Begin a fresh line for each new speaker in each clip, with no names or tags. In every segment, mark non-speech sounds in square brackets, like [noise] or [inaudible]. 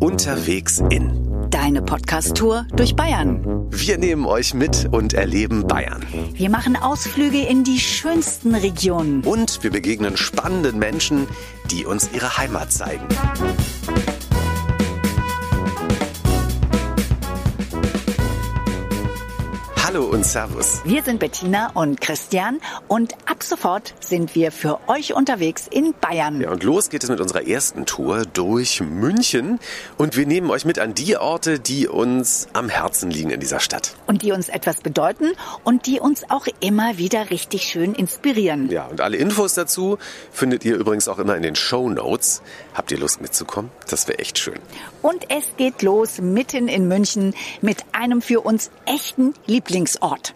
Unterwegs in.
Deine Podcast-Tour durch Bayern.
Wir nehmen euch mit und erleben Bayern.
Wir machen Ausflüge in die schönsten Regionen.
Und wir begegnen spannenden Menschen, die uns ihre Heimat zeigen. Hallo und Servus.
Wir sind Bettina und Christian und ab sofort sind wir für euch unterwegs in Bayern.
Ja, und los geht es mit unserer ersten Tour durch München. Und wir nehmen euch mit an die Orte, die uns am Herzen liegen in dieser Stadt.
Und die uns etwas bedeuten und die uns auch immer wieder richtig schön inspirieren.
Ja, und alle Infos dazu findet ihr übrigens auch immer in den Show Notes. Habt ihr Lust mitzukommen? Das wäre echt schön.
Und es geht los mitten in München mit einem für uns echten Lieblingsort.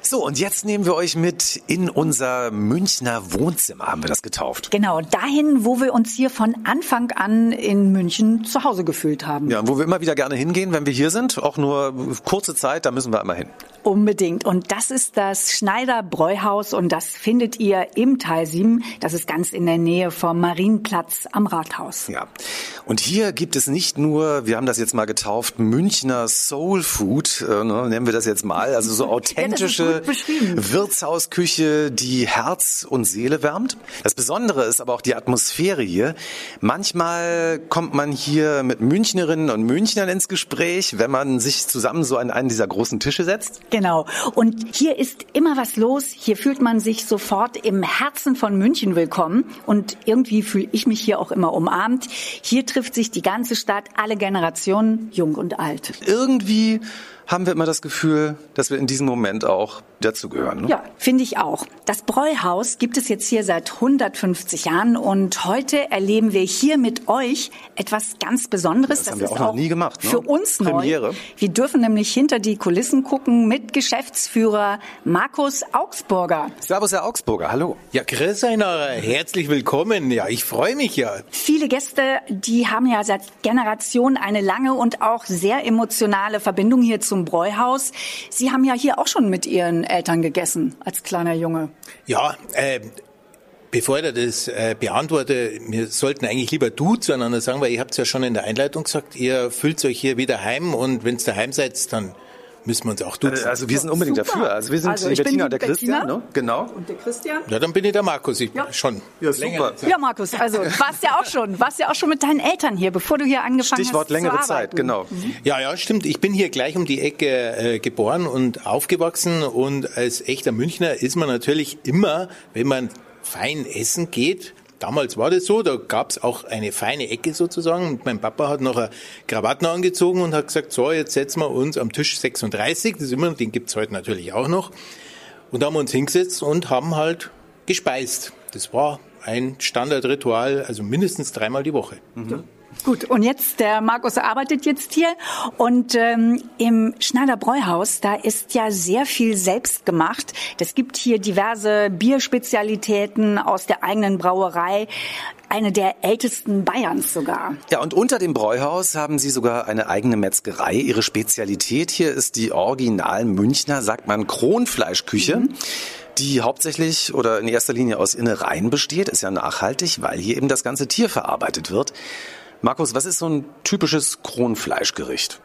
So, und jetzt nehmen wir euch mit in unser Münchner Wohnzimmer, haben wir das getauft.
Genau, dahin, wo wir uns hier von Anfang an in München zu Hause gefühlt haben.
Ja, wo wir immer wieder gerne hingehen, wenn wir hier sind. Auch nur kurze Zeit, da müssen wir immer hin.
Unbedingt. Und das ist das Schneider Bräuhaus und das findet ihr im Teil 7. Das ist ganz in der Nähe vom Marienplatz am Rathaus.
Ja. Und hier gibt es nicht nur, wir haben das jetzt mal getauft, Münchner Soul Food, äh, ne, nennen wir das jetzt mal, also
[laughs]
so authentische
gut beschrieben.
Wirtshausküche, die Herz und Seele wärmt. Das Besondere ist aber auch die Atmosphäre hier. Manchmal kommt man hier mit Münchnerinnen und Münchnern ins Gespräch, wenn man sich zusammen so an einen dieser großen Tische setzt.
Genau. Und hier ist immer was los. Hier fühlt man sich sofort im Herzen von München willkommen. Und irgendwie fühle ich mich hier auch immer umarmt. Hier trifft sich die ganze Stadt, alle Generationen, jung und alt.
Irgendwie haben wir immer das Gefühl, dass wir in diesem Moment auch dazugehören. Ne?
Ja, finde ich auch. Das Bräuhaus gibt es jetzt hier seit 150 Jahren und heute erleben wir hier mit euch etwas ganz Besonderes.
Das haben wir auch noch nie gemacht, ne?
Für uns neu.
Premiere.
Wir dürfen nämlich hinter die Kulissen gucken mit Geschäftsführer Markus Augsburger.
Servus, Herr Augsburger, hallo.
Ja, grüß einer, herzlich willkommen. Ja, ich freue mich ja.
Viele Gäste, die haben ja seit Generationen eine lange und auch sehr emotionale Verbindung hier zum Bräuhaus. Sie haben ja hier auch schon mit Ihren Eltern gegessen als kleiner Junge.
Ja, äh, bevor ich das äh, beantworte, wir sollten eigentlich lieber du zueinander sagen, weil ihr habt es ja schon in der Einleitung gesagt, ihr fühlt euch hier wieder heim und wenn ihr daheim seid, dann müssen wir uns auch
Äh,
duzen.
Also wir sind unbedingt
Super.
dafür. Also wir sind
Also
die
ich bin
Bettina
die
und der
Bettina.
Christian, ne? Genau.
Und der Christian?
ja, dann bin ich der Markus, ich
Ja.
schon.
Ja,
länger.
super.
Ja, Markus, also warst ja auch schon, warst ja auch schon mit deinen Eltern hier, bevor du hier angefangen hast
Stichwort
zu
längere Zeit,
arbeiten. Mhm.
genau.
Ja, ja, stimmt. Ich bin hier gleich um die Ecke äh, geboren und aufgewachsen und als echter Münchner ist man natürlich immer, wenn man fein essen geht, Damals war das so, da gab's auch eine feine Ecke sozusagen. Und mein Papa hat noch eine Krawatte angezogen und hat gesagt, so, jetzt setzen wir uns am Tisch 36, das ist immer, den gibt's heute natürlich auch noch. Und da haben wir uns hingesetzt und haben halt gespeist. Das war ein Standardritual, also mindestens dreimal die Woche.
Gut, und jetzt, der Markus arbeitet jetzt hier und ähm, im Schneider Bräuhaus, da ist ja sehr viel selbst gemacht. Es gibt hier diverse Bierspezialitäten aus der eigenen Brauerei, eine der ältesten Bayerns sogar.
Ja, und unter dem Bräuhaus haben sie sogar eine eigene Metzgerei. Ihre Spezialität hier ist die original Münchner, sagt man, Kronfleischküche.
Mhm.
Die hauptsächlich oder in erster Linie aus Innereien besteht, ist ja nachhaltig, weil hier eben das ganze Tier verarbeitet wird. Markus, was ist so ein typisches Kronfleischgericht?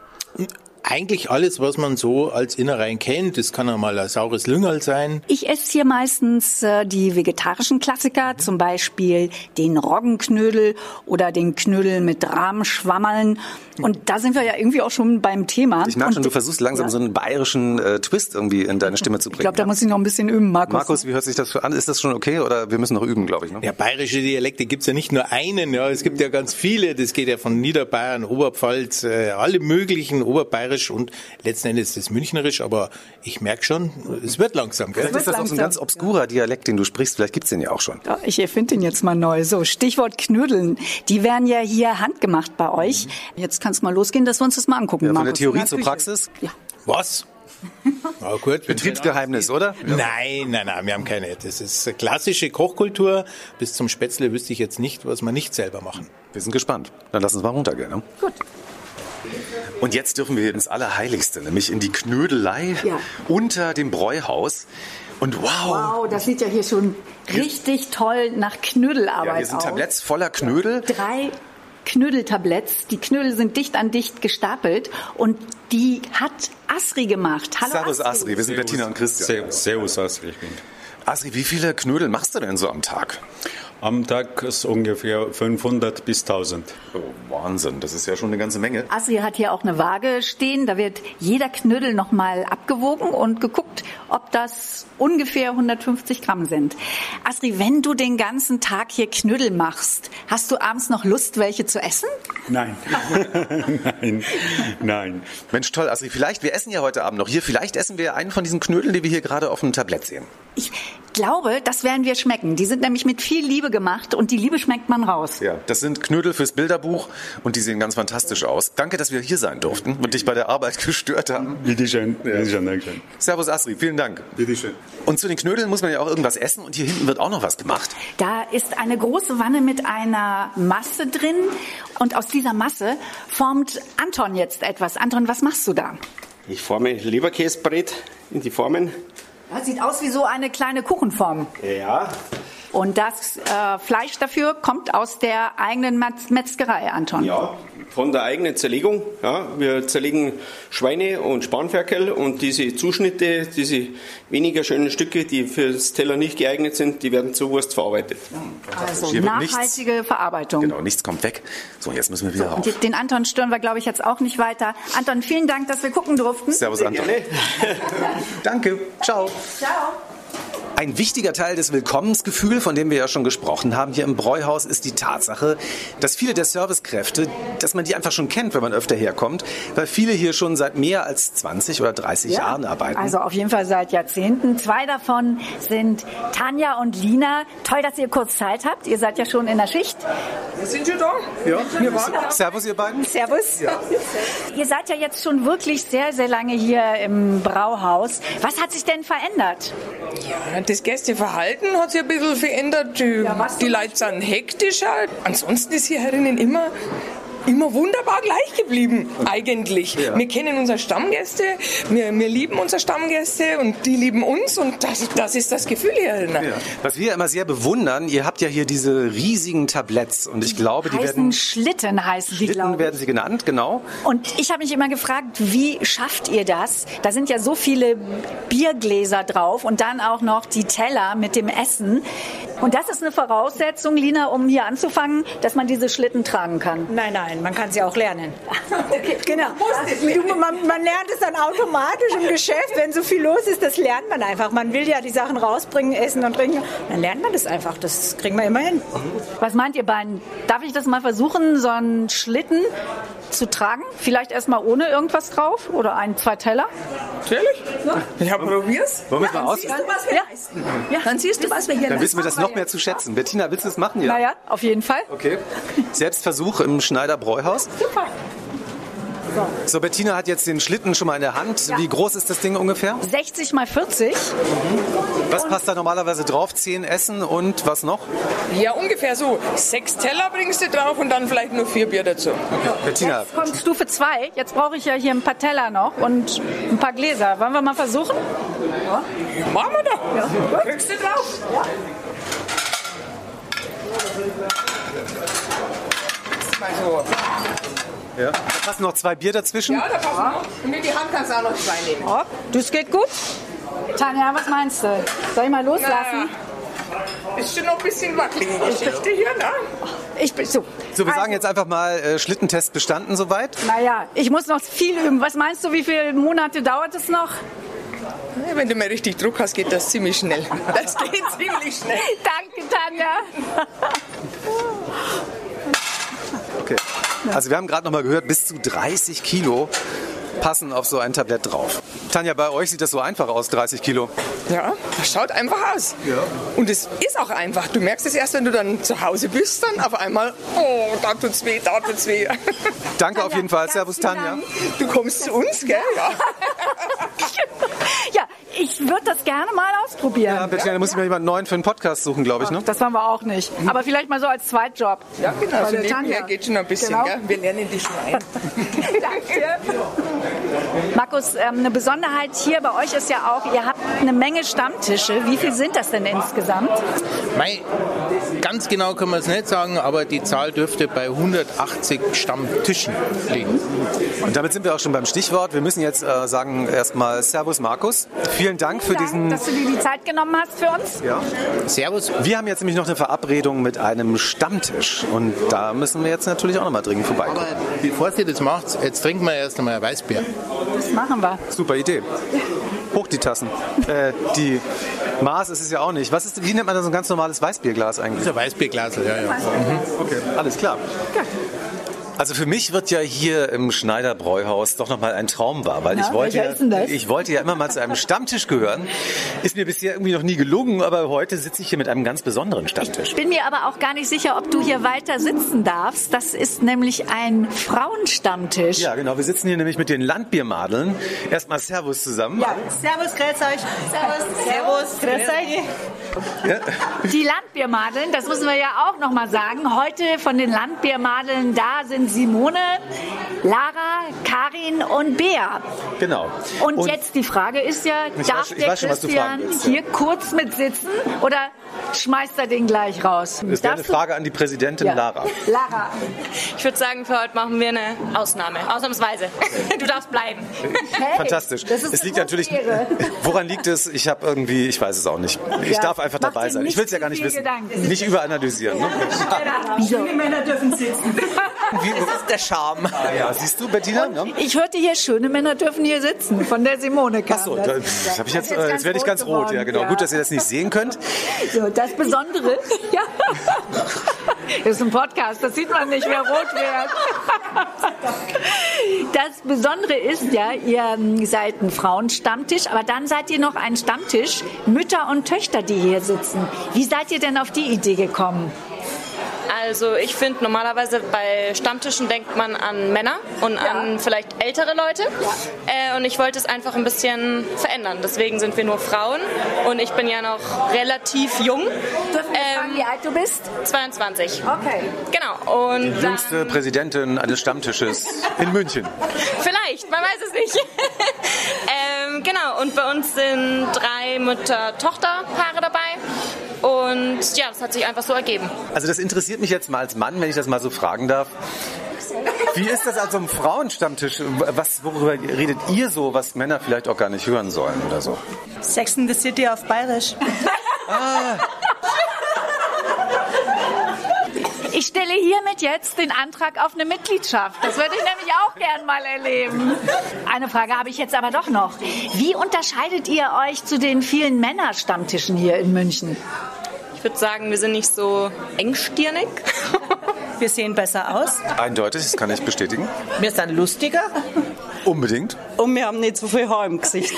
Eigentlich alles, was man so als Innereien kennt. Das kann einmal ein saures Lüngerl sein.
Ich esse hier meistens äh, die vegetarischen
Mhm.
Klassiker, zum Beispiel den Roggenknödel oder den Knödel mit Rahmschwammeln. Und da sind wir ja irgendwie auch schon beim Thema.
Ich merke
Und
schon, du versuchst langsam
ja.
so einen bayerischen äh, Twist irgendwie in deine Stimme zu bringen.
Ich glaube, da muss ich noch ein bisschen üben, Markus.
Markus, wie hört sich das für an? Ist das schon okay oder wir müssen noch üben, glaube ich. Ne?
Ja, bayerische Dialekte gibt's ja nicht nur einen, ja, es gibt ja ganz viele. Das geht ja von Niederbayern, Oberpfalz, äh, alle möglichen, Oberbayerisch und letzten Endes das Münchnerisch. Aber ich merke schon, es wird langsam. Gell?
Vielleicht ist das auch so ein
langsam.
ganz obskurer Dialekt, den du sprichst. Vielleicht gibt's den ja auch schon.
Ja, ich erfinde ihn jetzt mal neu. So, Stichwort Knödeln. Die werden ja hier handgemacht bei euch. Jetzt kann es mal losgehen, dass wir uns das mal angucken,
Mhm. Ja, von der
Markus.
Theorie
In
zur
Küche.
Praxis.
Ja.
Was? Na gut, wenn-
Betriebsgeheimnis, oder?
Nein, nein, nein, wir haben keine. Das ist äh, klassische Kochkultur. Bis zum Spätzle wüsste ich jetzt nicht, was man nicht selber machen.
Wir sind gespannt. Dann lass uns mal runtergehen. Ne?
Gut.
Und jetzt dürfen wir ins Allerheiligste, nämlich in die Knödelei
Ja.
unter dem Bräuhaus. Und wow,
Wow, das sieht ja hier schon richtig toll nach Knödelarbeit
ja, hier sind
aus.
Tabletts voller Knödel.
Drei Knödeltabletts. Die Knödel sind dicht an dicht gestapelt und die hat Asri gemacht. Hallo
Servus Asri, wir sind Bettina und Christian.
Servus, Servus Astrid. Ich bin.
Asri, wie viele Knödel machst du denn so am Tag?
Am Tag ist ungefähr 500 bis 1000.
Oh, Wahnsinn, das ist ja schon eine ganze Menge.
Asri hat hier auch eine Waage stehen. Da wird jeder Knödel nochmal abgewogen und geguckt, ob das ungefähr 150 Gramm sind. Asri, wenn du den ganzen Tag hier Knödel machst, hast du abends noch Lust, welche zu essen?
Nein, nein, nein.
Mensch, toll, Asri, vielleicht, wir essen ja heute Abend noch hier, vielleicht essen wir einen von diesen Knödeln, die wir hier gerade auf dem Tablett sehen.
Ich glaube, das werden wir schmecken. Die sind nämlich mit viel Liebe gemacht und die Liebe schmeckt man raus.
Ja, das sind Knödel fürs Bilderbuch und die sehen ganz fantastisch aus. Danke, dass wir hier sein durften und dich bei der Arbeit [laughs] gestört haben.
Bitte schön, bitte schön, danke schön.
Servus Asri, vielen Dank.
Bitte schön.
Und zu den Knödeln muss man ja auch irgendwas essen und hier hinten wird auch noch was gemacht.
Da ist eine große Wanne mit einer Masse drin und aus dieser Masse formt Anton jetzt etwas. Anton, was machst du da?
Ich forme Leberkäsebrett in die Formen.
Das sieht aus wie so eine kleine Kuchenform.
Ja,
Und das äh, Fleisch dafür kommt aus der eigenen Metz Metzgerei, Anton.
ja, von der eigenen Zerlegung. Ja, wir zerlegen Schweine und Spanferkel und diese Zuschnitte, diese weniger schönen Stücke, die fürs Teller nicht geeignet sind, die werden zur Wurst verarbeitet.
also
Hier wird nichts-
nachhaltige Verarbeitung.
Genau, nichts kommt weg. So, jetzt müssen wir wieder
Und
rauf.
jetzt den Anton stören wir, glaube ich, jetzt auch nicht weiter. Anton, vielen Dank, dass wir gucken durften.
Servus Anton.
Gerne.
Danke, ciao.
Ciao.
Ein wichtiger Teil des Willkommensgefühl, von dem wir ja schon gesprochen haben hier im Bräuhaus, ist die Tatsache, dass viele der Servicekräfte, dass man die einfach schon kennt, wenn man öfter herkommt, weil viele hier schon seit mehr als 20 oder 30 Jahren arbeiten.
Also auf jeden Fall seit Jahrzehnten. Zwei davon sind Tanja und Lina. Toll, dass ihr kurz Zeit habt. Ihr seid ja schon in der Schicht.
Servus ihr beiden.
Servus. Ihr seid ja jetzt schon wirklich sehr, sehr lange hier im Brauhaus. Was hat sich denn verändert?
Ja, Das Gästeverhalten hat sich ein bisschen verändert. Die,
was
die
zum
Leute sind hektischer. Ansonsten ist hier herinnen immer, immer wunderbar gleich geblieben, eigentlich. Wir kennen unsere Stammgäste, wir, wir lieben unsere Stammgäste und die lieben uns und das, das ist das Gefühl hier herinnen.
Was wir immer sehr bewundern, ihr habt ja hier diese riesigen Tabletts und ich glaube, die
heißen
werden
Schlitten heißen die,
Schlitten
glaube ich.
werden sie genannt, genau.
Und ich habe mich immer gefragt, wie schafft ihr das? Da sind ja so viele Biergläser drauf und dann auch noch die Teller mit dem Essen. Und das ist eine Voraussetzung, Lina, um hier anzufangen, dass man diese Schlitten tragen kann.
Nein, nein, man kann sie auch
[laughs]
lernen.
Okay,
Genau. Du, man, man lernt es dann automatisch im Geschäft, wenn so viel los ist, das lernt man einfach. Man will ja die Sachen rausbringen, essen und trinken. Dann lernt man das einfach. Das kriegen wir immer hin.
Was meint ihr beiden? Darf ich das mal versuchen, so einen Schlitten zu tragen? Vielleicht erstmal ohne irgendwas drauf oder ein, zwei Teller?
Natürlich. Ja, probier's.
Wollen wir es mal aus?
was wir leisten.
Ja.
Dann siehst du, was wir hier
Dann wissen wir das noch mehr zu schätzen. Bettina, willst du es machen? Ja.
Naja, auf jeden Fall.
Okay. Selbstversuch im Schneider Bräuhaus.
Super.
So, Bettina hat jetzt den Schlitten schon mal in der Hand. Wie groß ist das Ding ungefähr?
60 mal 40.
Was passt da normalerweise drauf? Zehn Essen und was noch?
Ja, ungefähr so. Sechs Teller bringst du drauf und dann vielleicht nur vier Bier dazu.
Bettina,
Kommt Stufe 2. Jetzt brauche ich ja hier ein paar Teller noch und ein paar Gläser. Wollen wir mal versuchen?
Machen wir doch. Kriegst du drauf.
ja. da passen noch zwei Bier dazwischen.
Ja, da passen wir noch. Und mit die Hand kannst du auch noch zwei nehmen.
Das geht gut. Tanja, was meinst du? Soll ich mal loslassen?
Ist schon noch ein bisschen wackelige Geschichte hier, ne?
Ich bin so.
So, wir
Also,
sagen jetzt einfach mal, äh, Schlittentest bestanden soweit.
Naja, ich muss noch viel üben. Was meinst du, wie viele Monate dauert es [laughs] noch?
Ja, Wenn du mal richtig Druck hast, geht das ziemlich schnell. Das geht ziemlich schnell.
[laughs] Danke, [laughs] Tanja.
Okay. Also wir haben gerade noch mal gehört, bis zu 30 Kilo passen auf so ein Tablett drauf. Tanja, bei euch sieht das so einfach aus, 30 Kilo.
Ja, das schaut einfach aus. Und es ist auch einfach. Du merkst es erst, wenn du dann zu Hause bist, dann auf einmal, oh, da tut's weh, da tut's weh. [laughs]
Danke auf jeden Fall. Servus, Tanja.
[laughs] Du kommst zu uns, gell? Ja.
Ja, ich würde das gerne mal ausprobieren.
Ja, bitte, da muss ich mir jemanden neuen für einen Podcast suchen, glaube ich, ne?
Das waren wir auch nicht. Aber vielleicht mal so als Zweitjob.
Ja, genau.
Bei
Also
der Tanja.
nebenher geht schon ein bisschen,
Genau.
gell? Wir lernen dich schon
[laughs]
ein.
Markus, ähm, eine Besonderheit hier bei euch ist ja auch, ihr habt eine Menge Stammtische. Wie viel sind das denn insgesamt?
Mei, ganz genau kann man es nicht sagen, aber die Zahl dürfte bei 180 Stammtischen liegen.
Und damit sind wir auch schon beim Stichwort. Wir müssen jetzt äh, sagen erstmal Servus Markus. Vielen Dank für
Dank,
diesen.
dass du dir die Zeit genommen hast für uns.
Servus.
Wir haben jetzt nämlich noch eine Verabredung mit einem Stammtisch und da müssen wir jetzt natürlich auch nochmal dringend vorbeikommen.
Bevor ihr das macht, jetzt trinken wir erst einmal ein Weißbier.
Das machen wir.
Super Idee. Hoch die Tassen. Äh, die Maß ist es ja auch nicht. Was ist, wie nennt man da so ein ganz normales Weißbierglas eigentlich?
Das ist ein Weißbierglasel, ja, ja.
Okay, alles klar. Also für mich wird ja hier im Schneider Bräuhaus doch nochmal ein Traum wahr, weil
Na,
ich wollte
welcher ist denn
ja,
das?
ich wollte ja immer mal zu einem Stammtisch gehören. Ist mir bisher irgendwie noch nie gelungen, aber heute sitze ich hier mit einem ganz besonderen Stammtisch.
Ich bin mir aber auch gar nicht sicher, ob du hier weiter sitzen darfst. Das ist nämlich ein Frauenstammtisch.
Ja, genau. Wir sitzen hier nämlich mit den Landbiermadeln. Erstmal Servus zusammen.
Servus, grüß euch. Servus. Servus. Grüß euch.
Die Landbiermadeln, das müssen wir ja auch nochmal sagen. Heute von den Landbiermadeln, da sind Simone, Lara, Karin und Bea.
Genau.
Und, jetzt die Frage ist ja,
Ich
darf
weiß schon- ich
der
weiß schon, was du
Christian
fragen willst, ja.
hier kurz mit sitzen oder schmeißt er den gleich raus?
das wäre eine
Darfst du-
Frage an die Präsidentin
Ja.
Lara.
Lara,
Ich würde sagen, für heute machen wir eine Ausnahme. Ausnahmsweise. [laughs] Du darfst bleiben.
hey,
Fantastisch.
Das ist
es
eine
liegt
große
natürlich.
Ehre.
[laughs] Woran liegt es? Ich habe irgendwie, ich weiß es auch nicht. Ich
Ja.
darf einfach
Mach
dabei
dir
sein. Ich
nicht
will es ja
zu
gar nicht
viel
wissen.
Gedanken.
Nicht überanalysieren. Ne?
Junge Männer dürfen sitzen. Das ist der Charme.
Ah, ja, siehst du, Bettina? Ne?
Ich hörte hier, schöne Männer dürfen hier sitzen. Von der Simone kam
Achso,
das.
da, das hab ich jetzt,
Das ist
äh, jetzt werde ich ganz rot.
geworden,
Ja, genau. Gut, dass ihr das nicht sehen könnt.
So, das Besondere, [laughs] ja. Das ist ein Podcast, das sieht man nicht, wer rot wird. Das Besondere ist ja, ihr ähm, seid ein Frauenstammtisch, aber dann seid ihr noch ein Stammtisch Mütter und Töchter, die hier sitzen. Wie seid ihr denn auf die Idee gekommen?
Also ich finde, normalerweise bei Stammtischen denkt man an Männer und an vielleicht ältere Leute. Äh, und ich wollte es einfach ein bisschen verändern. Deswegen sind wir nur Frauen. Und ich bin ja noch relativ jung.
Dürfen wir fragen, wie
Ähm,
alt du bist?
22.
Okay.
Genau. Und dann,
Jüngste Präsidentin eines Stammtisches in München.
vielleicht, man weiß es nicht. [laughs] ähm, genau. Und bei uns sind drei Mütter-Tochter-Paare dabei. Und ja, das hat sich einfach so ergeben.
Also das interessiert mich jetzt mal als Mann, wenn ich das mal so fragen darf. Wie ist das an so einem Frauenstammtisch? Was, worüber redet ihr so, was Männer vielleicht auch gar nicht hören sollen oder so?
Sex in the City auf Bayerisch.
Ich stelle hiermit jetzt den Antrag auf eine Mitgliedschaft. Das würde ich nämlich auch gern mal erleben. Eine Frage habe ich jetzt aber doch noch. Wie unterscheidet ihr euch zu den vielen Männerstammtischen hier in München?
Ich würde sagen, wir sind nicht so engstirnig.
Wir sehen besser aus.
Eindeutig, das kann ich bestätigen.
Wir sind lustiger.
Unbedingt.
Und wir haben nicht so viel Haar im Gesicht.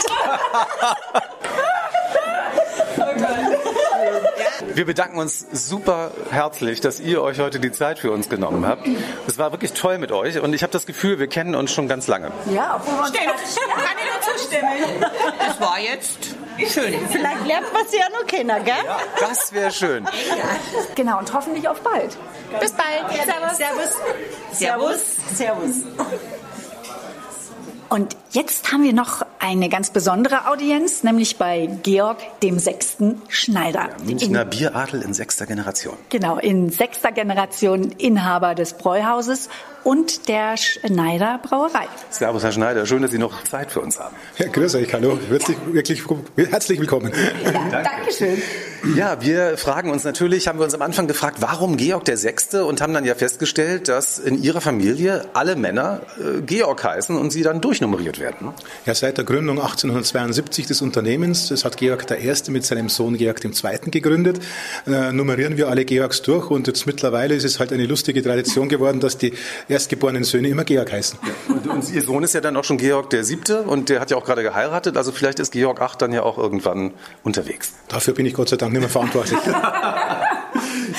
Wir bedanken uns super herzlich, dass ihr euch heute die Zeit für uns genommen habt. Es war wirklich toll mit euch und ich habe das Gefühl, wir kennen uns schon ganz lange.
Ja, obwohl wir uns
Kann ich nur zustimmen. [laughs] Das war jetzt schön. Vielleicht lernt man sie ja noch kennen, gell?
Das wäre schön.
genau und hoffentlich auf bald.
Bis bald. Servus.
Servus. Servus. Servus.
Und jetzt haben wir noch eine ganz besondere Audienz, nämlich bei Georg dem sechsten Schneider.
Münchner Bieradel in sechster Generation.
Genau, in sechster Generation Inhaber des Bräuhauses und der Schneider Brauerei.
Servus, Herr Schneider. Schön, dass Sie noch Zeit für uns haben.
Ja, grüß euch, hallo. Herzlich, wirklich, herzlich willkommen.
Dankeschön.
Ja, wir fragen uns natürlich, haben wir uns am Anfang gefragt, warum Georg der Sechste und haben dann ja festgestellt, dass in Ihrer Familie alle Männer äh, Georg heißen und sie dann durchnummeriert werden.
Ja, seit der Gründung 1872 des Unternehmens, das hat Georg I. mit seinem Sohn Georg II. gegründet, äh, nummerieren wir alle Georgs durch und jetzt mittlerweile ist es halt eine lustige Tradition geworden, dass die erstgeborenen Söhne immer Georg heißen.
Und, und Ihr Sohn ist ja dann auch schon Georg der Siebte und der hat ja auch gerade geheiratet, also vielleicht ist Georg Acht dann ja auch irgendwann unterwegs.
Dafür bin ich Gott sei Dank nicht mehr verantwortlich.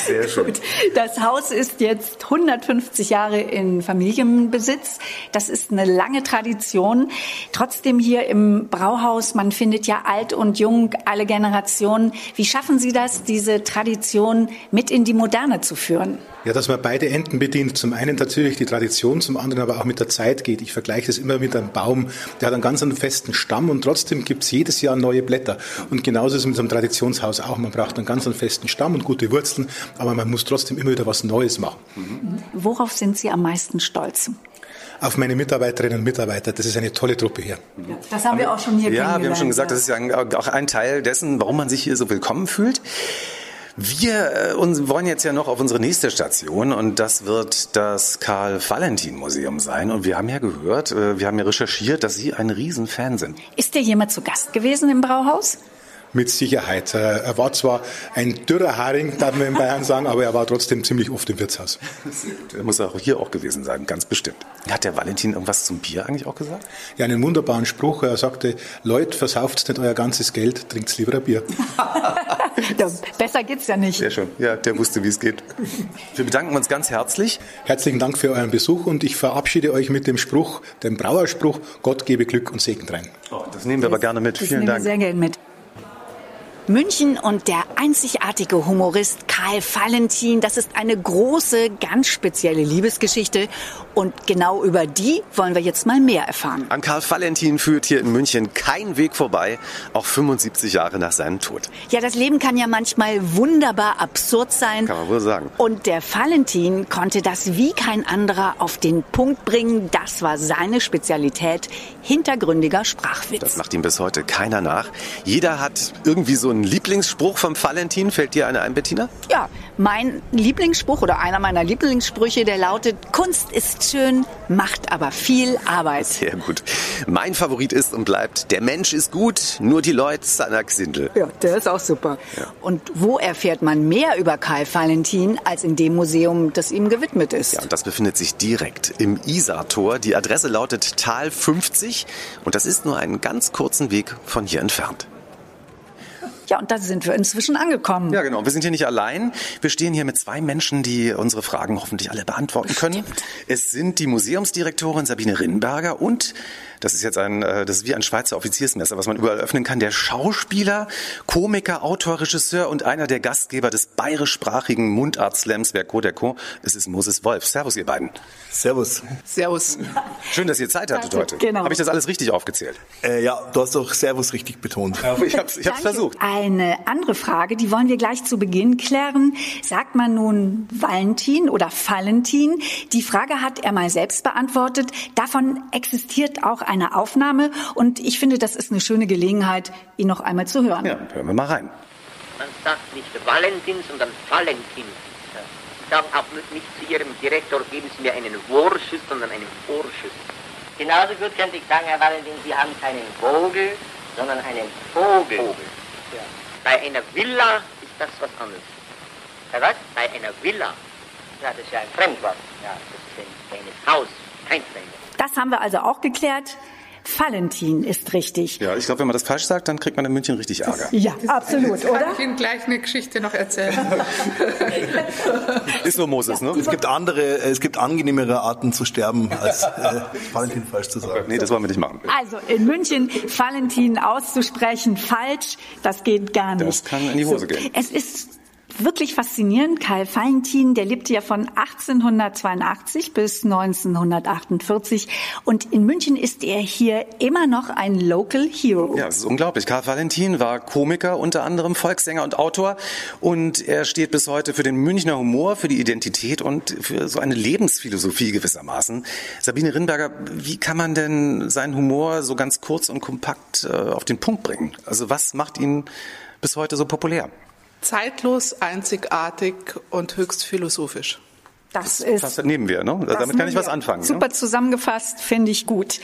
Sehr schön.
Gut. Das Haus ist jetzt 150 Jahre in Familienbesitz. Das ist eine lange Tradition. Trotzdem hier im Brauhaus, man findet ja alt und jung, alle Generationen. Wie schaffen Sie das, diese Tradition mit in die Moderne zu führen?
Ja, dass man beide Enden bedient. Zum einen natürlich die Tradition, zum anderen aber auch mit der Zeit geht. Ich vergleiche das immer mit einem Baum. Der hat einen ganz einen festen Stamm und trotzdem gibt's jedes Jahr neue Blätter. Und genauso ist es mit so einem Traditionshaus auch. Man braucht einen ganz einen festen Stamm und gute Wurzeln, aber man muss trotzdem immer wieder was Neues machen.
Worauf sind Sie am meisten stolz?
Auf meine Mitarbeiterinnen und Mitarbeiter. Das ist eine tolle Truppe hier.
Das haben wir auch schon hier
Ja, wir haben
kennengelernt,
schon gesagt,
ja.
das ist ja auch ein Teil dessen, warum man sich hier so willkommen fühlt. Wir äh, uns wollen jetzt ja noch auf unsere nächste Station und das wird das Karl-Valentin-Museum sein. Und wir haben ja gehört, äh, wir haben ja recherchiert, dass Sie ein Riesenfan sind.
Ist der jemand zu Gast gewesen im Brauhaus?
Mit Sicherheit. Äh, Er war zwar ein dürrer Haring, darf man in Bayern sagen, aber er war trotzdem ziemlich oft im Wirtshaus.
Der muss auch hier auch gewesen sein, ganz bestimmt. Hat der Valentin irgendwas zum Bier eigentlich auch gesagt?
Ja, einen wunderbaren Spruch. Er sagte, Leute, versauft nicht euer ganzes Geld, trinkt lieber ein Bier.
Ja, [laughs] Besser geht's ja nicht.
Sehr schön. Ja, der wusste, wie es geht. Wir bedanken uns ganz herzlich.
Herzlichen Dank für euren Besuch und ich verabschiede euch mit dem Spruch, dem Brauerspruch, Gott gebe Glück und Segen rein.
Oh, das nehmen wir aber gerne mit.
Das
Vielen
nehmen wir
Dank.
sehr gerne mit. München und der einzigartige Humorist Karl Valentin, das ist eine große, ganz spezielle Liebesgeschichte. Und genau über die wollen wir jetzt mal mehr erfahren.
An Karl Valentin führt hier in München kein Weg vorbei, auch 75 Jahre nach seinem Tod.
Ja, das Leben kann ja manchmal wunderbar absurd sein.
Kann man wohl sagen.
Und der Valentin konnte das wie kein anderer auf den Punkt bringen. Das war seine Spezialität, hintergründiger Sprachwitz.
Das macht ihm bis heute keiner nach. Jeder hat irgendwie so einen Lieblingsspruch vom Valentin. Fällt dir einer ein, Bettina? [laughs]
Ja, mein Lieblingsspruch oder einer meiner Lieblingssprüche, der lautet, Kunst ist schön, macht aber viel Arbeit.
Sehr gut. Mein Favorit ist und bleibt, der Mensch ist gut, nur die Leute seiner Gesindel.
Ja, der ist auch super. Und wo erfährt man mehr über Karl Valentin als in dem Museum, das ihm gewidmet ist?
Ja, und das befindet sich direkt im Isartor. Die Adresse lautet Tal 50 und das ist nur einen ganz kurzen Weg von hier entfernt.
Ja, und da sind wir inzwischen angekommen.
Ja, genau. Wir sind hier nicht allein. Wir stehen hier mit zwei Menschen, die unsere Fragen hoffentlich alle beantworten können. Es sind die Museumsdirektorin Sabine Rinnberger und das ist jetzt ein, äh, das ist wie ein Schweizer Offiziersmesser, was man überall öffnen kann. Der Schauspieler, Komiker, Autor, Regisseur und einer der Gastgeber des bayerischsprachigen Mundart-Slams Verco der Co. Es ist Moses Wolf. Servus, ihr beiden.
Servus.
Servus.
Schön, dass ihr Zeit hattet
Also,
heute.
genau.
Habe ich das alles richtig aufgezählt?
Äh, ja, du hast doch Servus richtig betont.
Ich hab's, ich
Danke.
hab's versucht.
Eine andere Frage, die wollen wir gleich zu Beginn klären. Sagt man nun Valentin oder Valentin? Die Frage hat er mal selbst beantwortet. Davon existiert auch eine Aufnahme und ich finde, das ist eine schöne Gelegenheit, ihn noch einmal zu hören.
Ja, hören wir mal rein.
Man sagt nicht Valentin, sondern Valentin. Sie sagen auch nicht nicht zu Ihrem Direktor, geben Sie mir einen Vorschuss, sondern einen Vorschuss. Genauso gut könnte ich sagen, Herr Valentin, Sie haben keinen Vogel, sondern einen Vogel. Ja. Bei einer Villa ist das was anderes. Bei was? Bei einer Villa. Ja, das ist ja ein Fremdwort. Ja, das ist ein kleines Haus, kein Fremdwort.
Das haben wir also auch geklärt. Valentin ist richtig.
Ja, ich glaube, wenn man das falsch sagt, dann kriegt man in München richtig Ärger.
Ja, absolut, oder?
Kann ich Ihnen gleich eine Geschichte noch erzählen?
Ist nur Moses, ne?
Es gibt andere, äh, es gibt angenehmere Arten zu sterben, als äh, Valentin falsch zu sagen.
Nee, das wollen wir nicht machen.
Also in München Valentin auszusprechen falsch, das geht gar nicht.
Das kann in die Hose gehen.
Es ist wirklich faszinierend. Karl Valentin, der lebte ja von 1882 bis 1948 und in München ist er hier immer noch ein Local Hero.
Ja, es ist unglaublich. Karl Valentin war Komiker, unter anderem Volkssänger und Autor. Und er steht bis heute für den Münchner Humor, für die Identität und für so eine Lebensphilosophie gewissermaßen. Sabine Rinberger, wie kann man denn seinen Humor so ganz kurz und kompakt äh, auf den Punkt bringen? Also was macht ihn bis heute so populär?
Zeitlos, einzigartig und höchst philosophisch.
Das ist
Das nehmen wir, ne? Damit kann ich was anfangen.
Super
Ne?
zusammengefasst, finde ich gut.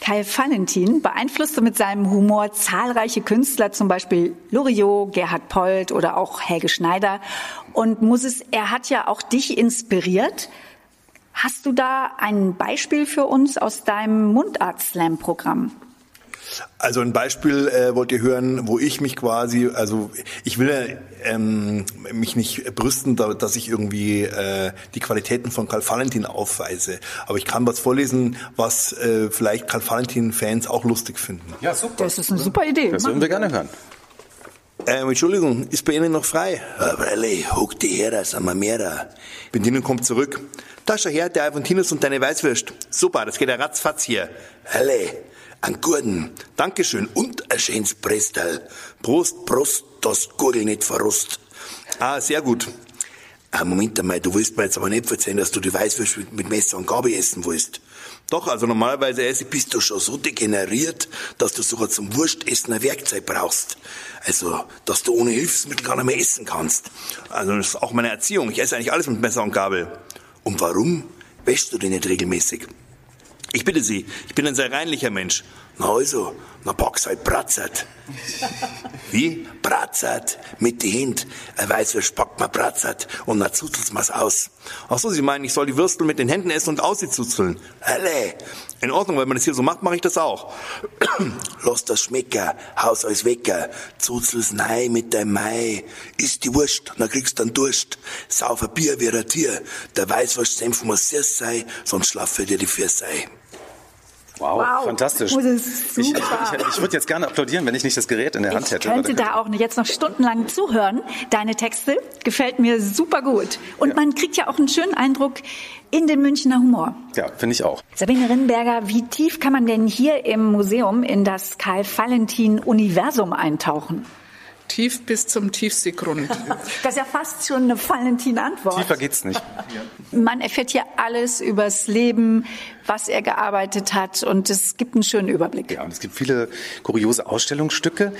Kai Valentin beeinflusste mit seinem Humor zahlreiche Künstler, zum Beispiel Loriot, Gerhard Polt oder auch Helge Schneider. Und Moses, er hat ja auch dich inspiriert. Hast du da ein Beispiel für uns aus deinem Mundart-Slam-Programm?
Also ein Beispiel äh, wollt ihr hören, wo ich mich quasi, also ich will ja, ähm, mich nicht brüsten, da, dass ich irgendwie äh, die Qualitäten von Karl Valentin aufweise, aber ich kann was vorlesen, was äh, vielleicht Karl Valentin-Fans auch lustig finden.
Ja, super.
Das ist eine super Idee.
Das würden wir gerne hören.
Ähm, Entschuldigung, ist bei Ihnen noch frei? Rally, huck die her, Samamera. Bedienung kommt zurück. Da schau her, der Alfontinus und deine Weißwürst. Super, das geht ja ratzfatz hier. Halle, an Gurden. Dankeschön und ein schönes Prestal. Prost, Prost, das Gurgel nicht verrost. Ah, sehr gut. Ah, Moment einmal, du willst mir jetzt aber nicht erzählen, dass du die Weißwürst mit, mit Messer und Gabel essen willst. Doch, also normalerweise esse, bist du schon so degeneriert, dass du sogar zum Wurstessen ein Werkzeug brauchst. Also, dass du ohne Hilfsmittel gar nicht mehr essen kannst. Also, das ist auch meine Erziehung. Ich esse eigentlich alles mit Messer und Gabel. Und warum wäschst du denn nicht regelmäßig? Ich bitte Sie, ich bin ein sehr reinlicher Mensch. Na also, na pack's halt bratzert. Wie? Bratzert. Mit die Hand. Er weiß, wie packt man bratzert. Und dann zuzelt's man's aus. Ach so, Sie meinen, ich soll die Würstel mit den Händen essen und aus sie zuzeln. Alle. In Ordnung, wenn man das hier so macht, mache ich das auch. [clears throat] Lass das schmecken. Haus euch wecker. Zuzel's nei mit deinem Mai. Isst die Wurst, dann kriegst dann Durst. Sauf ein Bier wie ein Tier. Der Weißwurstsenf muss süß sein, sonst schlafe dir die Füße ein.
Wow,
Wow.
fantastisch.
Oh, das ist
Ich, ich,
super.
ich, ich würde jetzt gerne applaudieren, wenn ich nicht das Gerät in der Hand
Ich
hätte.
könnte
Aber dann-
da auch jetzt noch stundenlang zuhören. Deine Texte gefällt mir super gut. Und man kriegt ja auch einen schönen Eindruck in den Münchner Humor.
ja, finde ich auch.
Sabine Rinnenberger, wie tief kann man denn hier im Museum in das Karl-Valentin-Universum eintauchen?
Tief bis zum Tiefseegrund.
Das ist ja fast schon eine Valentin-Antwort.
Tiefer geht's nicht.
Man erfährt hier alles übers Leben, was er gearbeitet hat und es gibt einen schönen Überblick.
Ja, und es gibt viele kuriose Ausstellungsstücke.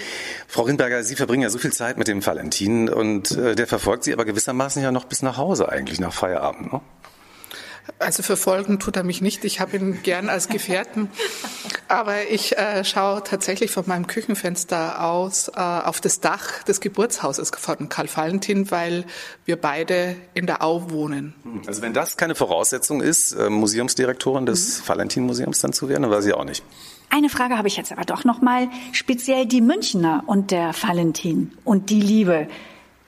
Frau Rindberger, Sie verbringen ja so viel Zeit mit dem Valentin und äh, der verfolgt Sie aber gewissermaßen ja noch bis nach Hause eigentlich, nach Feierabend. Ne?
Also verfolgen tut er mich nicht. Ich habe ihn gern als Gefährten. Aber ich äh, schaue tatsächlich von meinem Küchenfenster aus äh, auf das Dach des Geburtshauses von Karl Valentin, weil wir beide in der Au wohnen.
Also wenn das keine Voraussetzung ist, äh, Museumsdirektorin des Valentin-Museums dann zu werden, dann weiß ich auch nicht.
Eine Frage habe ich jetzt aber doch noch mal, speziell die Münchner und der Valentin und die Liebe.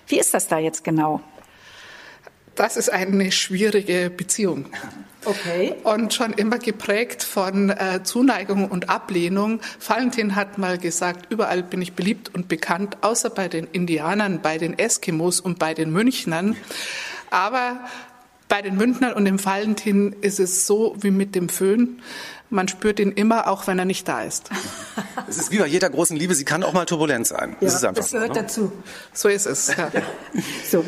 Wie ist das da jetzt genau?
Das ist eine schwierige Beziehung.
Okay.
Und schon immer geprägt von äh, Zuneigung und Ablehnung. Valentin hat mal gesagt, überall bin ich beliebt und bekannt, außer bei den Indianern, bei den Eskimos und bei den Münchnern. Aber bei den Münchnern und dem Valentin ist es so wie mit dem Föhn. Man spürt ihn immer, auch wenn er nicht da ist.
Es ist wie bei jeder großen Liebe, sie kann auch mal turbulent sein. das ist einfach so. Ne?
dazu. So ist es. Ja.
so.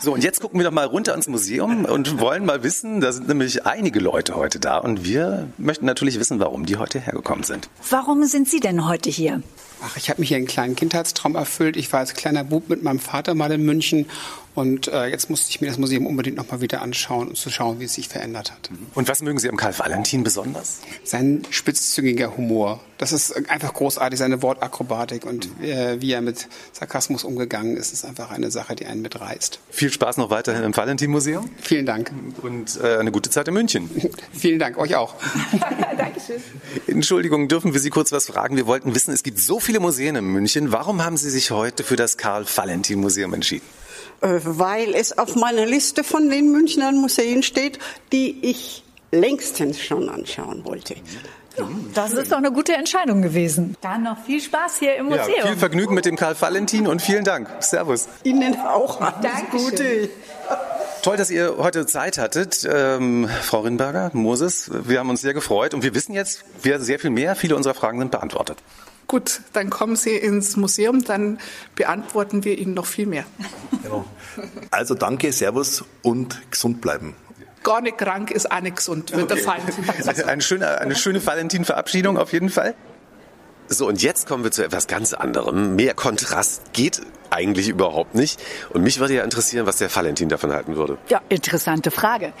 So, und jetzt gucken wir doch mal runter ins Museum und wollen mal wissen, da sind nämlich einige Leute heute da und wir möchten natürlich wissen, warum die heute hergekommen sind.
Warum sind Sie denn heute hier?
Ach, ich habe mich hier einen kleinen Kindheitstraum erfüllt. Ich war als kleiner Bub mit meinem Vater mal in München und äh, jetzt musste ich mir das Museum unbedingt nochmal wieder anschauen und um zu schauen, wie es sich verändert hat.
Und was mögen Sie am Karl Valentin besonders?
Sein spitzzüngiger Humor. Das ist äh, einfach großartig, seine Wortakrobatik und
Mhm.
äh, wie er mit Sarkasmus umgegangen ist, ist einfach eine Sache, die einen mitreißt.
Viel Spaß noch weiterhin im Valentin-Museum.
Vielen Dank.
Und äh, eine gute Zeit in München.
Vielen Dank, euch auch.
Entschuldigung, dürfen wir Sie kurz was fragen? Wir wollten wissen, es gibt so viele Museen in München. Warum haben Sie sich heute für das Karl-Valentin-Museum entschieden?
Äh, weil es auf meiner Liste von den Münchner Museen steht, die ich längstens schon anschauen wollte.
Das ist doch eine gute Entscheidung gewesen. Dann noch viel Spaß hier im Museum.
viel Vergnügen mit dem Karl-Valentin und vielen Dank. Servus.
Ihnen auch alles
Dankeschön.
Gute.
Toll, dass ihr heute Zeit hattet, ähm, Frau Rinnberger, Moses. Wir haben uns sehr gefreut und wir wissen jetzt wir sehr viel mehr. Viele unserer Fragen sind beantwortet.
Gut, dann kommen Sie ins Museum, dann beantworten wir Ihnen noch viel mehr.
[laughs] Also danke, Servus und gesund bleiben.
Gar nicht krank ist auch nicht gesund, wird der Valentin
[laughs]
sagen.
Also eine schöne, eine schöne Valentin-Verabschiedung auf jeden Fall. So, und jetzt kommen wir zu etwas ganz anderem. Mehr Kontrast geht eigentlich überhaupt nicht. Und mich würde ja interessieren, was der Valentin davon halten würde.
Ja, interessante Frage.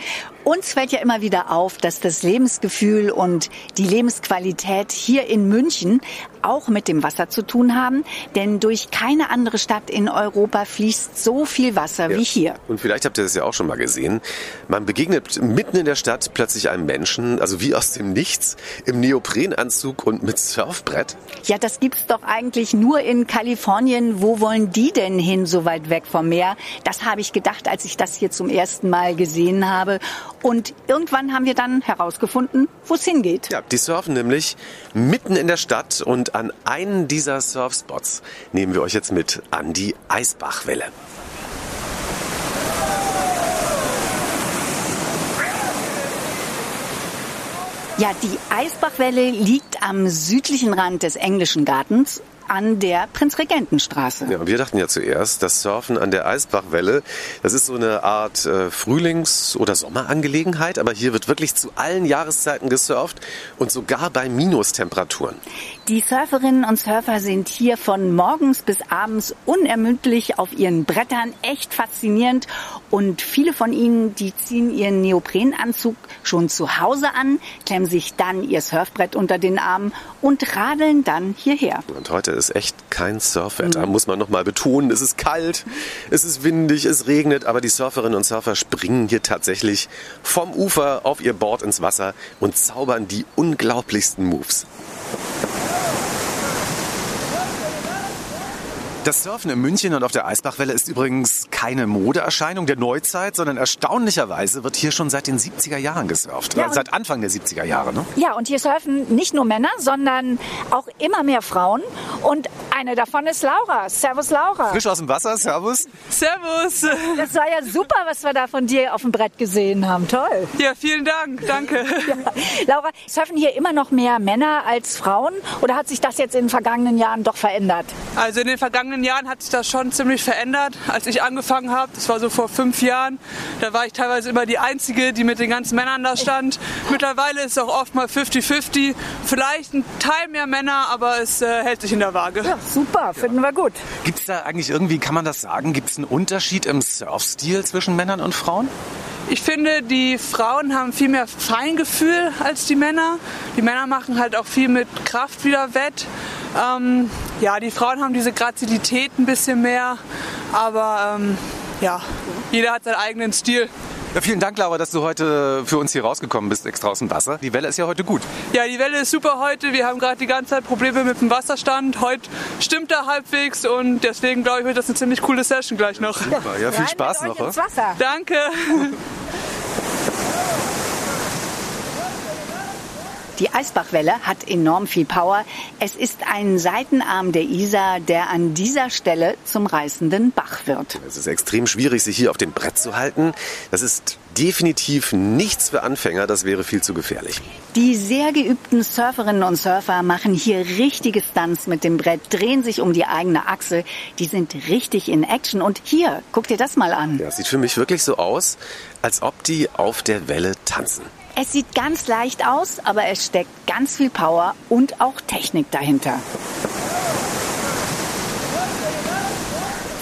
Uns fällt ja immer wieder auf, dass das Lebensgefühl und die Lebensqualität hier in München auch mit dem Wasser zu tun haben, denn durch keine andere Stadt in Europa fließt so viel Wasser
Ja.
wie hier.
Und vielleicht habt ihr das ja auch schon mal gesehen. Man begegnet mitten in der Stadt plötzlich einem Menschen, also wie aus dem Nichts, im Neoprenanzug und mit Surfbrett.
Ja, das gibt's doch eigentlich nur in Kalifornien. Wo wollen die denn hin, so weit weg vom Meer? Das habe ich gedacht, als ich das hier zum ersten Mal gesehen habe. Und irgendwann haben wir dann herausgefunden, wo es hingeht.
Ja, die surfen nämlich mitten in der Stadt und an einen dieser Surfspots nehmen wir euch jetzt mit an die Eisbachwelle.
Ja, die Eisbachwelle liegt am südlichen Rand des Englischen Gartens an der Prinzregentenstraße.
Ja, und wir dachten ja zuerst, das Surfen an der Eisbachwelle, das ist so eine Art äh, Frühlings- oder Sommerangelegenheit, aber hier wird wirklich zu allen Jahreszeiten gesurft und sogar bei Minustemperaturen.
Die Surferinnen und Surfer sind hier von morgens bis abends unermüdlich auf ihren Brettern. Echt faszinierend. Und viele von ihnen, die ziehen ihren Neoprenanzug schon zu Hause an, klemmen sich dann ihr Surfbrett unter den Arm und radeln dann hierher.
Und heute ist echt kein Surfwetter,
Mhm.
muss man nochmal betonen. Es ist kalt, es ist windig, es regnet, aber die Surferinnen und Surfer springen hier tatsächlich vom Ufer auf ihr Board ins Wasser und zaubern die unglaublichsten Moves. Das Surfen in München und auf der Eisbachwelle ist übrigens keine Modeerscheinung der Neuzeit, sondern erstaunlicherweise wird hier schon seit den 70er Jahren gesurft.
Ja, und-
seit Anfang der 70er Jahre, ne?
Ja, und hier surfen nicht nur Männer, sondern auch immer mehr Frauen. Und eine davon ist Laura. Servus, Laura.
Frisch aus dem Wasser, Servus.
Servus.
Das war ja super, was wir da von dir auf dem Brett gesehen haben. Toll.
Ja, vielen Dank. Danke.
Laura, surfen hier immer noch mehr Männer als Frauen? Oder hat sich das jetzt in den vergangenen Jahren doch verändert?
Also in den vergangenen Jahren hat sich das schon ziemlich verändert. Als ich angefangen habe, das war so vor fünf Jahren, da war ich teilweise immer die Einzige, die mit den ganzen Männern da stand. Mittlerweile ist es auch oft mal 50-50. Vielleicht ein Teil mehr Männer, aber es äh, hält sich in der Waage. Ja,
super. Finden wir gut.
Gibt es da eigentlich irgendwie, kann man das sagen, gibt es einen Unterschied im Surfstil zwischen Männern und Frauen?
Ich finde, die Frauen haben viel mehr Feingefühl als die Männer. Die Männer machen halt auch viel mit Kraft wieder wett. Ähm, ja, die Frauen haben diese Grazilität ein bisschen mehr. Aber ähm, ja, jeder hat seinen eigenen Stil.
Ja, vielen Dank, Laura, dass du heute für uns hier rausgekommen bist, extra aus dem Wasser. Die Welle ist ja heute gut.
Ja, die Welle ist super heute. Wir haben gerade die ganze Zeit Probleme mit dem Wasserstand. Heute stimmt er halbwegs und deswegen glaube ich, wird das eine ziemlich coole Session gleich noch.
Super, ja, viel Spaß noch. oder?
Wasser.
Danke.
Die Eisbachwelle hat enorm viel Power. Es ist ein Seitenarm der Isar, der an dieser Stelle zum reißenden Bach wird.
Es ist extrem schwierig, sich hier auf dem Brett zu halten. Das ist definitiv nichts für Anfänger, das wäre viel zu gefährlich.
Die sehr geübten Surferinnen und Surfer machen hier richtige Stunts mit dem Brett, drehen sich um die eigene Achse. Die sind richtig in Action. Und hier, guck dir das mal an.
Ja, es sieht für mich wirklich so aus, als ob die auf der Welle tanzen.
Es sieht ganz leicht aus, aber es steckt ganz viel Power und auch Technik dahinter.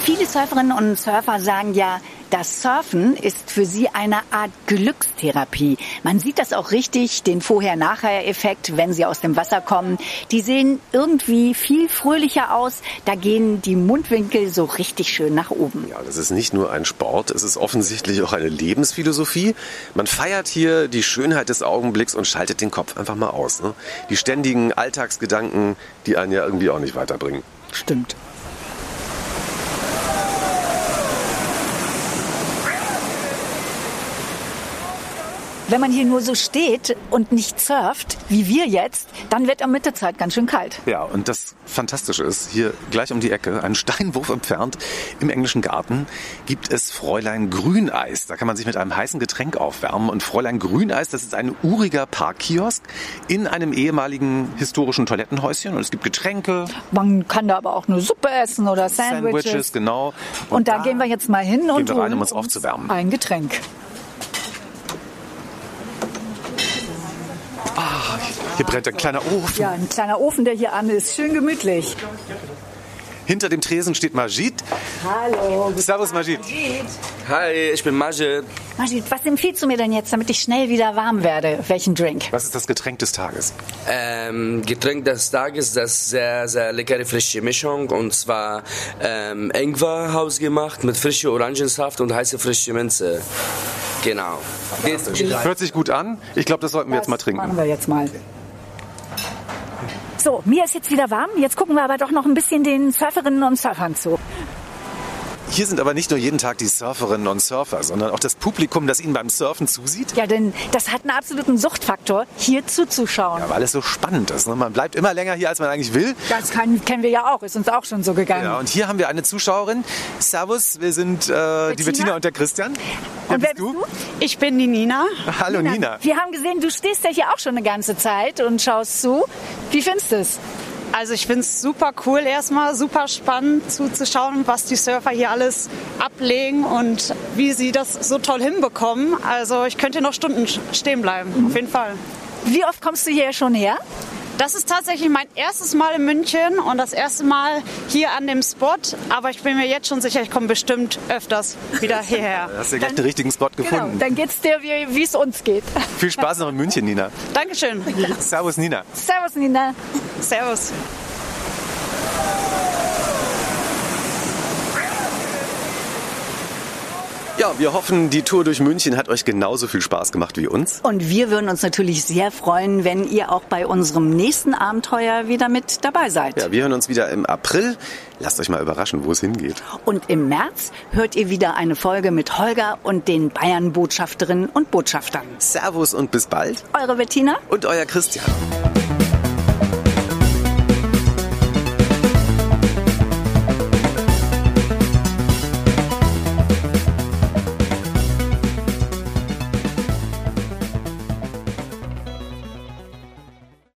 Viele Surferinnen und Surfer sagen ja, das Surfen ist für sie eine Art Glückstherapie. Man sieht das auch richtig, den Vorher-Nachher-Effekt, wenn sie aus dem Wasser kommen. Die sehen irgendwie viel fröhlicher aus. Da gehen die Mundwinkel so richtig schön nach oben.
Ja, das ist nicht nur ein Sport, es ist offensichtlich auch eine Lebensphilosophie. Man feiert hier die Schönheit des Augenblicks und schaltet den Kopf einfach mal aus. Ne? Die ständigen Alltagsgedanken, die einen ja irgendwie auch nicht weiterbringen.
Stimmt. Wenn man hier nur so steht und nicht surft, wie wir jetzt, dann wird am Mittezeit ganz schön kalt.
Ja, und das Fantastische ist, hier gleich um die Ecke, einen Steinwurf entfernt, im englischen Garten gibt es Fräulein Grüneis. Da kann man sich mit einem heißen Getränk aufwärmen. Und Fräulein Grüneis, das ist ein uriger Parkkiosk in einem ehemaligen historischen Toilettenhäuschen. Und es gibt Getränke,
Man kann da aber auch nur Suppe essen oder Sandwiches.
Sandwiches, genau.
Und, da, gehen wir jetzt mal hin und
gehen wir rein, um
holen
uns aufzuwärmen.
ein Getränk.
Hier brennt ein kleiner Ofen.
Ja, ein kleiner Ofen, der hier an ist. Schön gemütlich.
Hinter dem Tresen steht Majid. Hallo. Servus Majid.
Hi, ich bin Majid.
Majid, was empfiehlst du mir denn jetzt, damit ich schnell wieder warm werde? Welchen Drink?
Was ist das Getränk des Tages?
Ähm, Getränk des Tages, das ist sehr, sehr leckere frische Mischung und zwar ähm, Ingwer hausgemacht mit frischer Orangensaft und heiße frische Minze. Genau.
Hört sich gut an. Ich glaube, das sollten wir jetzt mal trinken.
Machen wir jetzt mal. So, mir ist jetzt wieder warm. Jetzt gucken wir aber doch noch ein bisschen den Surferinnen und Surfern zu.
Hier sind aber nicht nur jeden Tag die Surferinnen und Surfer, sondern auch das Publikum, das ihnen beim Surfen zusieht.
Ja, denn das hat einen absoluten Suchtfaktor, hier zuzuschauen.
Weil es so spannend ist. Ne? Man bleibt immer länger hier, als man eigentlich will.
Das kann, kennen wir ja auch, ist uns auch schon so gegangen.
Ja, und hier haben wir eine Zuschauerin. Servus, wir sind äh, die Bettina und der Christian. Wer
Und wer bist du? Ich bin die Nina.
Hallo, Nina.
Wir haben gesehen, du stehst ja hier auch schon eine ganze Zeit und schaust zu. Wie findest du es? Also ich finde es super cool, erstmal super spannend zuzuschauen, was die Surfer hier alles ablegen und wie sie das so toll hinbekommen. Also ich könnte noch Stunden sch- stehen bleiben, auf jeden Fall. Wie oft kommst du hier schon her? Das ist tatsächlich mein erstes Mal in München und das erste Mal hier an dem Spot. Aber ich bin mir jetzt schon sicher, ich komme bestimmt öfters [laughs] wieder hierher.
Da hast du gleich den richtigen Spot
Genau,
gefunden.
dann geht's dir, wie wie es uns geht. [laughs]
Viel Spaß noch in München, Nina.
Dankeschön.
Servus, Nina.
Servus, Nina. Servus.
Ja, wir hoffen, die Tour durch München hat euch genauso viel Spaß gemacht wie uns.
Und wir würden uns natürlich sehr freuen, wenn ihr auch bei unserem nächsten Abenteuer wieder mit dabei seid.
Ja, wir hören uns wieder im April. Lasst euch mal überraschen, wo es hingeht.
Und im März hört ihr wieder eine Folge mit Holger und den Bayern-Botschafterinnen und Botschaftern.
Servus und bis bald.
Eure Bettina
Und euer Christian.